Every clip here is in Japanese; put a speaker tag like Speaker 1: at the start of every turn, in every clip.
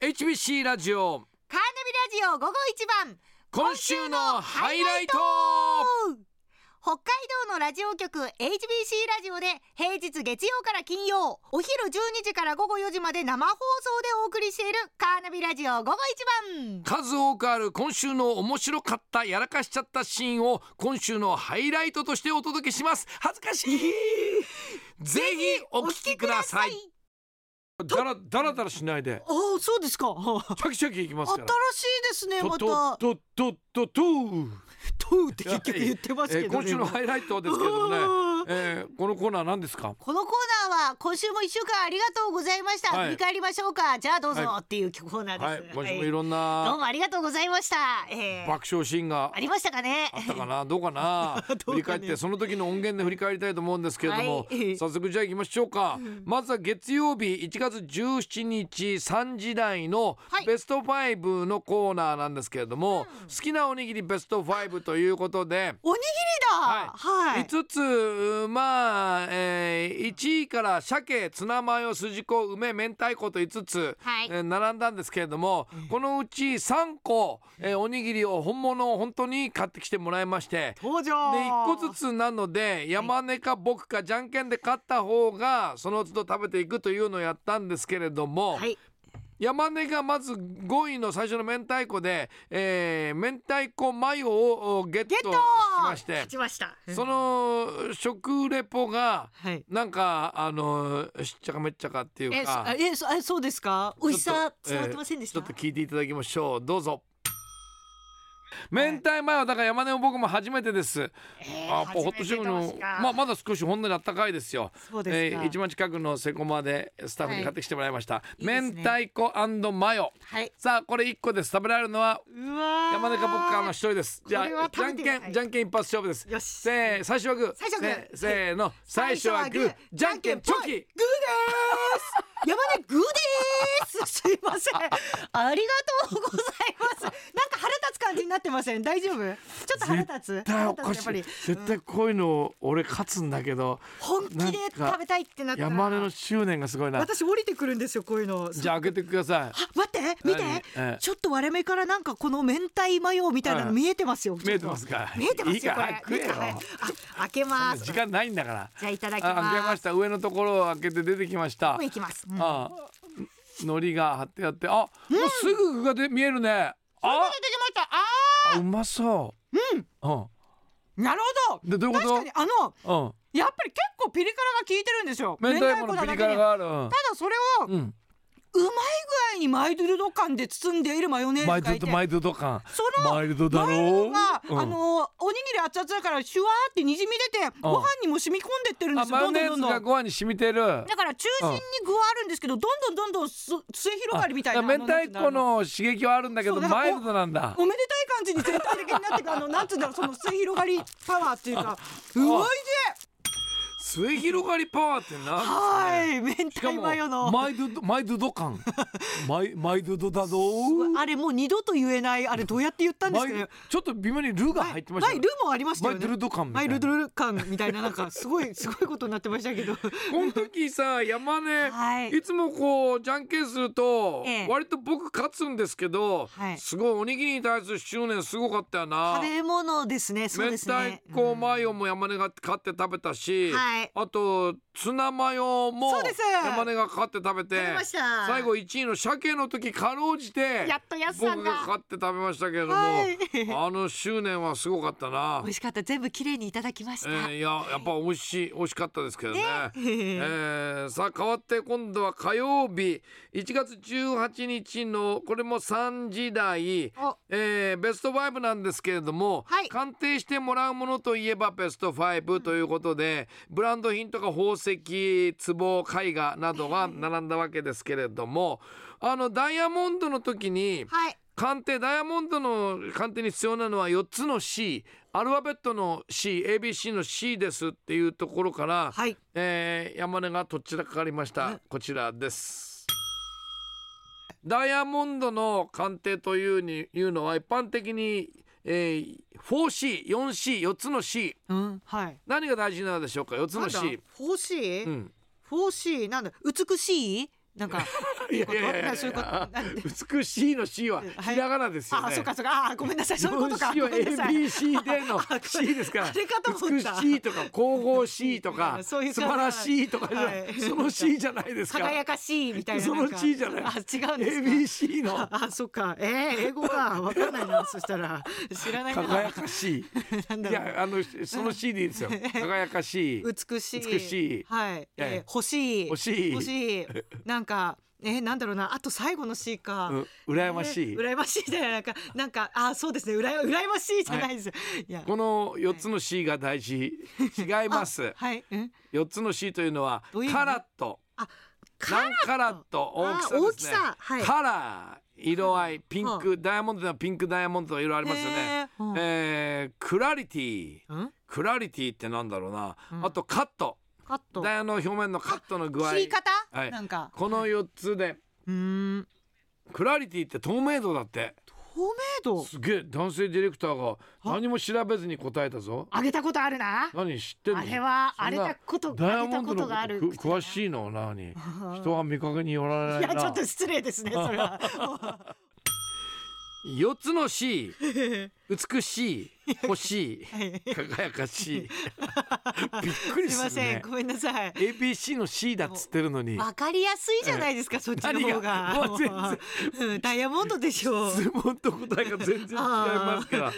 Speaker 1: HBC ラジオ
Speaker 2: カーナビラジオ午後一番
Speaker 1: 今週のハイライト
Speaker 2: 北海道のラジオ局 HBC ラジオで平日月曜から金曜お昼12時から午後4時まで生放送でお送りしているカーナビラジオ午後一番
Speaker 1: 数多くある今週の面白かったやらかしちゃったシーンを今週のハイライトとしてお届けします恥ずかし いぜひお聞きくださいだらだらだらしないで
Speaker 2: ああそうですか
Speaker 1: シャキシャキいきます
Speaker 2: 新
Speaker 1: から
Speaker 2: しいですねまた
Speaker 1: ととととと
Speaker 2: トウって結局言ってます
Speaker 1: え
Speaker 2: け
Speaker 1: ー
Speaker 2: ど
Speaker 1: 今
Speaker 2: ね
Speaker 1: 週のハイライトですけれどもね
Speaker 2: うん、
Speaker 1: えーこのコーナー何ですか
Speaker 2: このコーナーは今週も一週間ありがとうございました、
Speaker 1: はい
Speaker 2: 振り返りましょうかじゃあどうぞ、
Speaker 1: は
Speaker 2: っていうコーナ
Speaker 1: は
Speaker 2: ー
Speaker 1: い
Speaker 2: です、
Speaker 1: 今週も
Speaker 2: はい
Speaker 1: いろん
Speaker 2: どう
Speaker 1: な
Speaker 2: もありがとうございました、えー、
Speaker 1: 爆笑シーンが
Speaker 2: ありましたかね
Speaker 1: あったかなどうかな
Speaker 2: どうかね
Speaker 1: 振り返ってその時の音源で振り返りたいと思うんですけれども、
Speaker 2: はい
Speaker 1: 早速じゃあ行きましょうか、まずは月曜日1月17日3時台の
Speaker 2: はい
Speaker 1: ベスト5のコーナーなんですけれども、好きなおにぎりベスト5ということで
Speaker 2: おにぎりだはい、
Speaker 1: 5つまあ、えー1位から鮭ツナマヨすじこ梅明太子と5つ、
Speaker 2: はい
Speaker 1: えー並んだんですけれどもこのうち3個、えーおにぎりを本物を本当に買ってきてもらいまして。
Speaker 2: 登場
Speaker 1: で1個ずつなので山根か僕かじゃんけんで勝った方がその都度食べていくというのをやったんですけれども、
Speaker 2: はい
Speaker 1: 山根がまず5位の最初の明太子で、えー明太子マヨをゲッ
Speaker 2: ゲ
Speaker 1: ト
Speaker 2: ッ
Speaker 1: し
Speaker 2: ト
Speaker 1: まして
Speaker 2: 勝ちました
Speaker 1: その食レポが
Speaker 2: はい
Speaker 1: なんかあのしっちゃかめっちゃかっていう
Speaker 2: えそ
Speaker 1: か
Speaker 2: えそえそうですか美味しさ
Speaker 1: ちょっと
Speaker 2: 伝わってませんでした、
Speaker 1: えーちょっと聞いていただきましょうどうぞ明太マヨだから山根も僕も初めてです、
Speaker 2: えー
Speaker 1: あホットシェフ
Speaker 2: 初め
Speaker 1: の
Speaker 2: てか
Speaker 1: まあまだ少しほんのにあったかいですよ
Speaker 2: そうですか、
Speaker 1: えー一番近くのセコマでスタッフに買ってきてもらいました、
Speaker 2: いいで
Speaker 1: 明
Speaker 2: すね
Speaker 1: 太子マヨ
Speaker 2: はい
Speaker 1: さあこれ一個です食べられるのは
Speaker 2: うわー
Speaker 1: 山根か僕かの一人ですじゃ
Speaker 2: これは
Speaker 1: あじ
Speaker 2: 食
Speaker 1: ゃ
Speaker 2: べ
Speaker 1: ん
Speaker 2: て
Speaker 1: け
Speaker 2: みた
Speaker 1: ん
Speaker 2: い
Speaker 1: じゃんけん一発勝負です
Speaker 2: よし
Speaker 1: せー最初はグー
Speaker 2: 最初はグー
Speaker 1: せせーの最初はグーじゃんけんチョキ
Speaker 2: グーです山根グーです すいませんありがとうございますなんか腹立つ感じになってません大丈夫ちょっと腹立つ
Speaker 1: 絶対おか
Speaker 2: 腹立
Speaker 1: し
Speaker 2: つやっぱ
Speaker 1: い
Speaker 2: り
Speaker 1: 絶対こういうの俺勝つんだけど
Speaker 2: 本気で食べたいってなったら
Speaker 1: 山根の執念がすごいな
Speaker 2: 私降りてくるんですよこういうの
Speaker 1: じゃあ開けてください
Speaker 2: あ待って見て、
Speaker 1: 何ええ
Speaker 2: ちょっと割れ目からなんかこの明太マヨみたいな
Speaker 1: は
Speaker 2: の
Speaker 1: い
Speaker 2: 見えてますよ、
Speaker 1: 見えてますか
Speaker 2: 見えてま
Speaker 1: いい
Speaker 2: すよこ
Speaker 1: から
Speaker 2: れ
Speaker 1: 食えよ
Speaker 2: 見てはいあ開けます
Speaker 1: 時
Speaker 2: じゃ
Speaker 1: 間ないんだから
Speaker 2: あいただき
Speaker 1: あ
Speaker 2: ます
Speaker 1: 開けました上のところを開けて出てきました
Speaker 2: もう行きます、うん
Speaker 1: あ海苔が貼ってあってあもうすぐ具がで見えるねあ
Speaker 2: 出てきましたあ
Speaker 1: あうまそううん
Speaker 2: ーなるほど
Speaker 1: でどういう
Speaker 2: 確
Speaker 1: こ
Speaker 2: かにあの
Speaker 1: とうん
Speaker 2: やっぱり結構ピリ辛が効いてるんですよ
Speaker 1: 明太子の
Speaker 2: だ
Speaker 1: ピ
Speaker 2: だ
Speaker 1: リ
Speaker 2: け
Speaker 1: 辛
Speaker 2: にただ
Speaker 1: があるうん
Speaker 2: それを
Speaker 1: うん
Speaker 2: うまい具合にマイルド感で包んでいるマヨネーズ
Speaker 1: マイ
Speaker 2: がいて
Speaker 1: ルドマイルド感
Speaker 2: その
Speaker 1: マイルドだろう
Speaker 2: マイルドが、
Speaker 1: うん
Speaker 2: あのおにぎり熱々だからシュワーってにじみ出てご飯にも染み込んでってるんで
Speaker 1: あ
Speaker 2: すよ
Speaker 1: マヨ
Speaker 2: どんどん
Speaker 1: ネー
Speaker 2: ど
Speaker 1: ズ
Speaker 2: んど
Speaker 1: が
Speaker 2: ん
Speaker 1: ご飯に染みてる
Speaker 2: だから中心に具はあるんですけどどんどんどんどんす末広がりみたいな
Speaker 1: あ明太子
Speaker 2: あなんていうだろう
Speaker 1: の刺激はあるんだけど
Speaker 2: そうだから
Speaker 1: マイルドなんだ
Speaker 2: おめでたい感じに全体的になってくあのなんつうんだろうその末広がりパワーっていうかうおい
Speaker 1: 末広がりパワーってな
Speaker 2: しいはい明
Speaker 1: しか
Speaker 2: 太
Speaker 1: も
Speaker 2: マヨの
Speaker 1: マイルドマイルド 感マイマイルドだぞ
Speaker 2: あれもう二度と言えないあれどうやって言ったんです
Speaker 1: マ
Speaker 2: か
Speaker 1: イ
Speaker 2: ね
Speaker 1: ちょっと微妙にルーが入ってました
Speaker 2: マ
Speaker 1: ね
Speaker 2: イルもありました
Speaker 1: マ
Speaker 2: よ
Speaker 1: イ
Speaker 2: ね
Speaker 1: ルド感みた
Speaker 2: マ
Speaker 1: い
Speaker 2: イ
Speaker 1: な
Speaker 2: ルドル感みたいななんかすごいすごいことになってましたけど
Speaker 1: この時さ山根、
Speaker 2: はい
Speaker 1: い、つもこうじゃんけんすると、
Speaker 2: ええ
Speaker 1: 割と僕勝つんですけど、
Speaker 2: はい
Speaker 1: すごいおにぎりに対する執念すごかったよな
Speaker 2: 食。べ物ですねそう
Speaker 1: 明
Speaker 2: です
Speaker 1: 太
Speaker 2: ね
Speaker 1: 子マヨも山根が買って食べたし、
Speaker 2: はい
Speaker 1: あとツナマヨも
Speaker 2: そうです
Speaker 1: 山根が買って食べて
Speaker 2: 食べました
Speaker 1: 最後1位の鮭の時かろうじて
Speaker 2: やっとやすさん
Speaker 1: 僕
Speaker 2: が
Speaker 1: が買って食べましたけれども、
Speaker 2: はい
Speaker 1: あの執念はすごかったな
Speaker 2: 美味。しかった全部綺麗にいただきまし
Speaker 1: え
Speaker 2: た、
Speaker 1: ー、いややっぱ美味しい美味しかったですけどね。えーさあ変わって今度は火曜日1月18日のこれも3時台、
Speaker 2: お
Speaker 1: えーベスト5なんですけれども、
Speaker 2: はい
Speaker 1: 鑑定してもらうものといえばベスト5ということで、ブランド品とか宝石壺絵画などが並んだわけですけれどもあのダイヤモンドの時に
Speaker 2: はい
Speaker 1: 鑑定ダイヤモンドの鑑定に必要なのは4つの C アルファベットの CABC の C ですっていうところから、
Speaker 2: はい
Speaker 1: えー山根がどちらかかりましたこちらですダイヤモンドの鑑定というにいうのは一般的に、えー、4C4C4 つの C
Speaker 2: うんはい
Speaker 1: 何が大事なのでしょうか4つの C
Speaker 2: 欲しい、
Speaker 1: うん、
Speaker 2: フォーシーなんだ美しいなんかっていうこ
Speaker 1: いやいやいやいや
Speaker 2: とそういうことなんで
Speaker 1: 美しいの C は
Speaker 2: はい
Speaker 1: ひらがなですよね。
Speaker 2: あそうかそうかあごめんなさいそういうことか
Speaker 1: 日
Speaker 2: ご
Speaker 1: 本
Speaker 2: めんな
Speaker 1: 史は
Speaker 2: さい
Speaker 1: ABC での
Speaker 2: ああ
Speaker 1: C ですから
Speaker 2: あれかと思
Speaker 1: 美
Speaker 2: っ
Speaker 1: したいとか神々しいとか
Speaker 2: うん
Speaker 1: 素
Speaker 2: そういう
Speaker 1: 晴
Speaker 2: 感じ
Speaker 1: らしいとかじゃ
Speaker 2: はい
Speaker 1: その C じゃないですか
Speaker 2: 輝かしいみたいな
Speaker 1: その
Speaker 2: なんか
Speaker 1: C じゃない
Speaker 2: あ違うんですか
Speaker 1: ABC の
Speaker 2: ああそっかえー、英語かわかんないなそしたら知らないな
Speaker 1: 輝か しい
Speaker 2: なんだ
Speaker 1: い
Speaker 2: ろう
Speaker 1: やあのその C でいいです よ輝かしい
Speaker 2: 美しい
Speaker 1: 美しい
Speaker 2: はい、え
Speaker 1: ええ
Speaker 2: ー欲しい
Speaker 1: 欲しい
Speaker 2: 欲しいなんかえー、なんだろうなあと最後の C か、
Speaker 1: うん羨まし
Speaker 2: え
Speaker 1: い
Speaker 2: ー羨ましいじゃないなんかなんかあそうですね羨ま羨ましいじゃないです、い、や
Speaker 1: この四つの C が大事違い ます
Speaker 2: はい、うん、
Speaker 1: 四つの C というのは
Speaker 2: どういう意味
Speaker 1: カラット何カラット大きさ
Speaker 2: あ
Speaker 1: で
Speaker 2: 大き
Speaker 1: すね
Speaker 2: さはい
Speaker 1: カラー色合いピンクダイヤモンドならピンクダイヤモンドとか色々ありますよね
Speaker 2: へーうん
Speaker 1: えークラリティ
Speaker 2: うん
Speaker 1: クラリティってなんだろうな、
Speaker 2: うん
Speaker 1: あとカット
Speaker 2: カット
Speaker 1: ダイヤの表面のカットの具合
Speaker 2: 切り方、
Speaker 1: はい
Speaker 2: なんか
Speaker 1: この4つで
Speaker 2: うーん
Speaker 1: クラリティって透明度だって
Speaker 2: 透明度
Speaker 1: すげえ男性ディレクターが何も調べずに答えたぞ
Speaker 2: 上げたことあるな
Speaker 1: 何知ってんの
Speaker 2: あれは
Speaker 1: そんな
Speaker 2: あれたこと
Speaker 1: ダイヤモンド
Speaker 2: あげたことがある
Speaker 1: のく詳しいの何人は見かけによら
Speaker 2: い
Speaker 1: れない
Speaker 2: やちょ
Speaker 1: な
Speaker 2: っと失礼ですねそれ は
Speaker 1: 4つの C 美しい欲しい輝か しいびっくり
Speaker 2: すいます
Speaker 1: る
Speaker 2: せん
Speaker 1: ね
Speaker 2: ごめんなさい
Speaker 1: ABC の C だっつってるのに
Speaker 2: わかりやすいじゃないですかそっちの方
Speaker 1: 何が
Speaker 2: が
Speaker 1: もう全
Speaker 2: 然、うんダイヤモンドでしょう
Speaker 1: 質問と答えが全然違います から。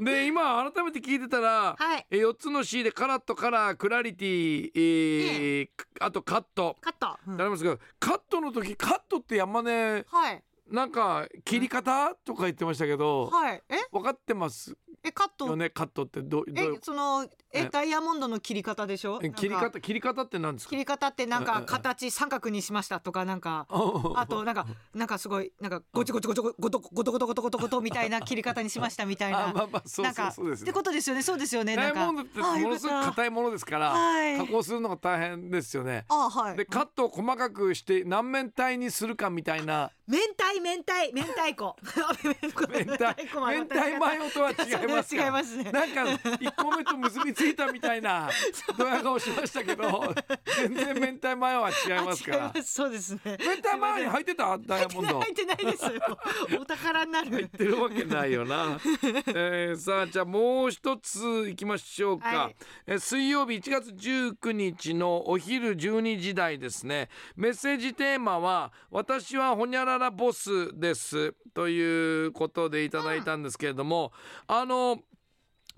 Speaker 1: で今改めて聞いてたら、
Speaker 2: はい
Speaker 1: え4つの C でカラットカラークラリティ、えーあとカット。
Speaker 2: カット、うん
Speaker 1: なりますけどカットの時カットって山根
Speaker 2: はい
Speaker 1: なんか切り方とか言ってましたけど、
Speaker 2: はいえ
Speaker 1: 分かってます
Speaker 2: えカット、
Speaker 1: よねカットってどど
Speaker 2: え
Speaker 1: ういう
Speaker 2: そのえ
Speaker 1: え
Speaker 2: ダイヤモンドの切り方でしょ
Speaker 1: え切り
Speaker 2: なんか
Speaker 1: 方切り方って何ですか
Speaker 2: 切り方ってなん
Speaker 1: うんうん
Speaker 2: か
Speaker 1: うん
Speaker 2: 形三角にしましたとかなんかあ となんかなんかすごいなんかごちごちごちごちごちごちごちごちごちごちみたいな切り方にしましたみたい
Speaker 1: あ
Speaker 2: な
Speaker 1: まあまあそう
Speaker 2: なん
Speaker 1: そう
Speaker 2: か
Speaker 1: そうです
Speaker 2: って
Speaker 1: ね。
Speaker 2: ことですよねそうですよね
Speaker 1: ダイ
Speaker 2: な
Speaker 1: ヤ
Speaker 2: んか
Speaker 1: モンドってものすごく
Speaker 2: い
Speaker 1: 硬いものですから、
Speaker 2: はい
Speaker 1: 加工するのが大変ですよね。
Speaker 2: あはい
Speaker 1: でカットを細かくして何面体にするかみたい な
Speaker 2: 明太明太明太子
Speaker 1: 明太明太マヨとは違いますか
Speaker 2: 違いますね
Speaker 1: なんか一個目と結びついたみたいなドヤ顔しましたけど全然明太マヨは違いますか
Speaker 2: あ
Speaker 1: ら
Speaker 2: 違いますそうですね
Speaker 1: 明太マヨに入ってたダイヤモンド
Speaker 2: 入ってないですよお宝にな
Speaker 1: 入っ
Speaker 2: る
Speaker 1: てるわけないよ な、えーさあじゃあもう一ついきましょうか、
Speaker 2: はい
Speaker 1: えー水曜日1月19日のお昼12時台ですねメッセージテーマは「私はほにゃららボスです」ということでいただいたんですけれども、あの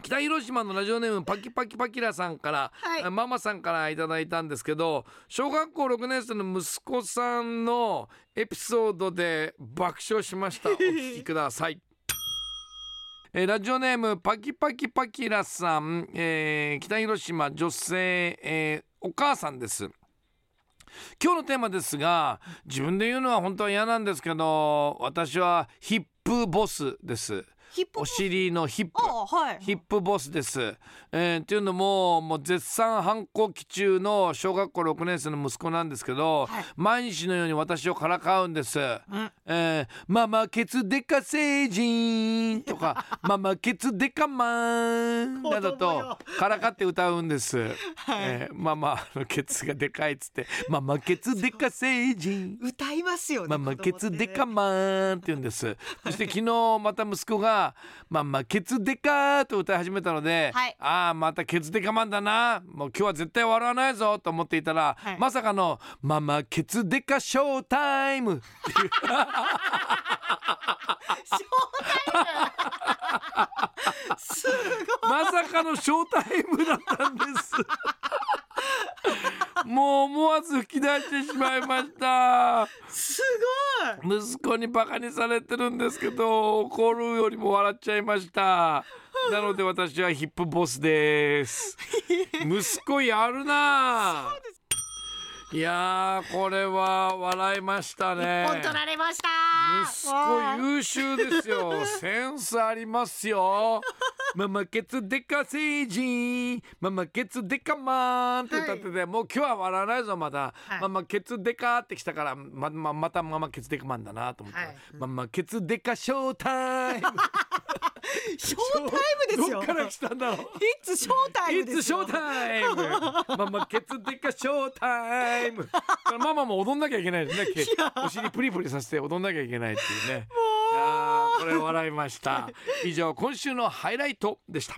Speaker 1: 北広島のラジオネームパキパキパキラさんから、
Speaker 2: はい
Speaker 1: ママさんからいただいたんですけど小学校6年生の息子さんのエピソードで爆笑しま したお聞きくださいえーラジオネームパキパキパキラさん、えー北広島女性、えーお母さんです今日のテーマですが自分で言うのは本当は嫌なんですけど私はヒップボスです
Speaker 2: ヒップ
Speaker 1: お尻のヒップ
Speaker 2: あはい
Speaker 1: ヒップボスです。えー、というのももう絶賛反抗期中の小学校6年生の息子なんですけど、
Speaker 2: はい
Speaker 1: 毎日のように私をからかうんです。えーママケツデカ星人と かママケツデカマンなど
Speaker 2: 子供
Speaker 1: と
Speaker 2: よ
Speaker 1: からかって歌うんです。
Speaker 2: はい
Speaker 1: えーママのケツがでかいっつってママケツデカ星人。
Speaker 2: 歌いますよね
Speaker 1: ママケツデカ
Speaker 2: 子供ってね
Speaker 1: マンって言うん です。そして昨日また息子がママケツデカーと歌い始めたので、
Speaker 2: はい
Speaker 1: ああまたケツデカマンだな。もう今日は絶対笑わないぞと思っていたら、
Speaker 2: はい
Speaker 1: まさかのママケツデカショータイ ムっていう
Speaker 2: すごい
Speaker 1: まさかのショータイムだったん です。もう思わず吹き出してしまいました。
Speaker 2: す
Speaker 1: 息子にバカにされてるんですけど怒るよりも笑っちゃいましたなので私はヒップボスです息子やるないやーこれは笑いました
Speaker 2: ごい
Speaker 1: ね
Speaker 2: 本取られました
Speaker 1: 息子優秀ですよセンスありますよママケツデカ星人ママケツデカマンって歌ってて、もう今日は笑わないぞまだ、
Speaker 3: はい
Speaker 1: ママケツデカってきたからまままたママケツデカマンだなと思ったら、
Speaker 3: はい
Speaker 1: ママケツデカショータイム
Speaker 3: ショータイム ですよ。
Speaker 1: どっから来たんだろう
Speaker 3: イッツショータイム
Speaker 1: い
Speaker 3: で
Speaker 1: つ
Speaker 3: す
Speaker 1: ショ
Speaker 3: よ。
Speaker 1: ータイムママケツデカショータイムだからママも踊んなきゃいけないですねけお尻プリプリさせて踊んなきゃいけないっていうねいやーこれ笑いました以上今週のハイライトでした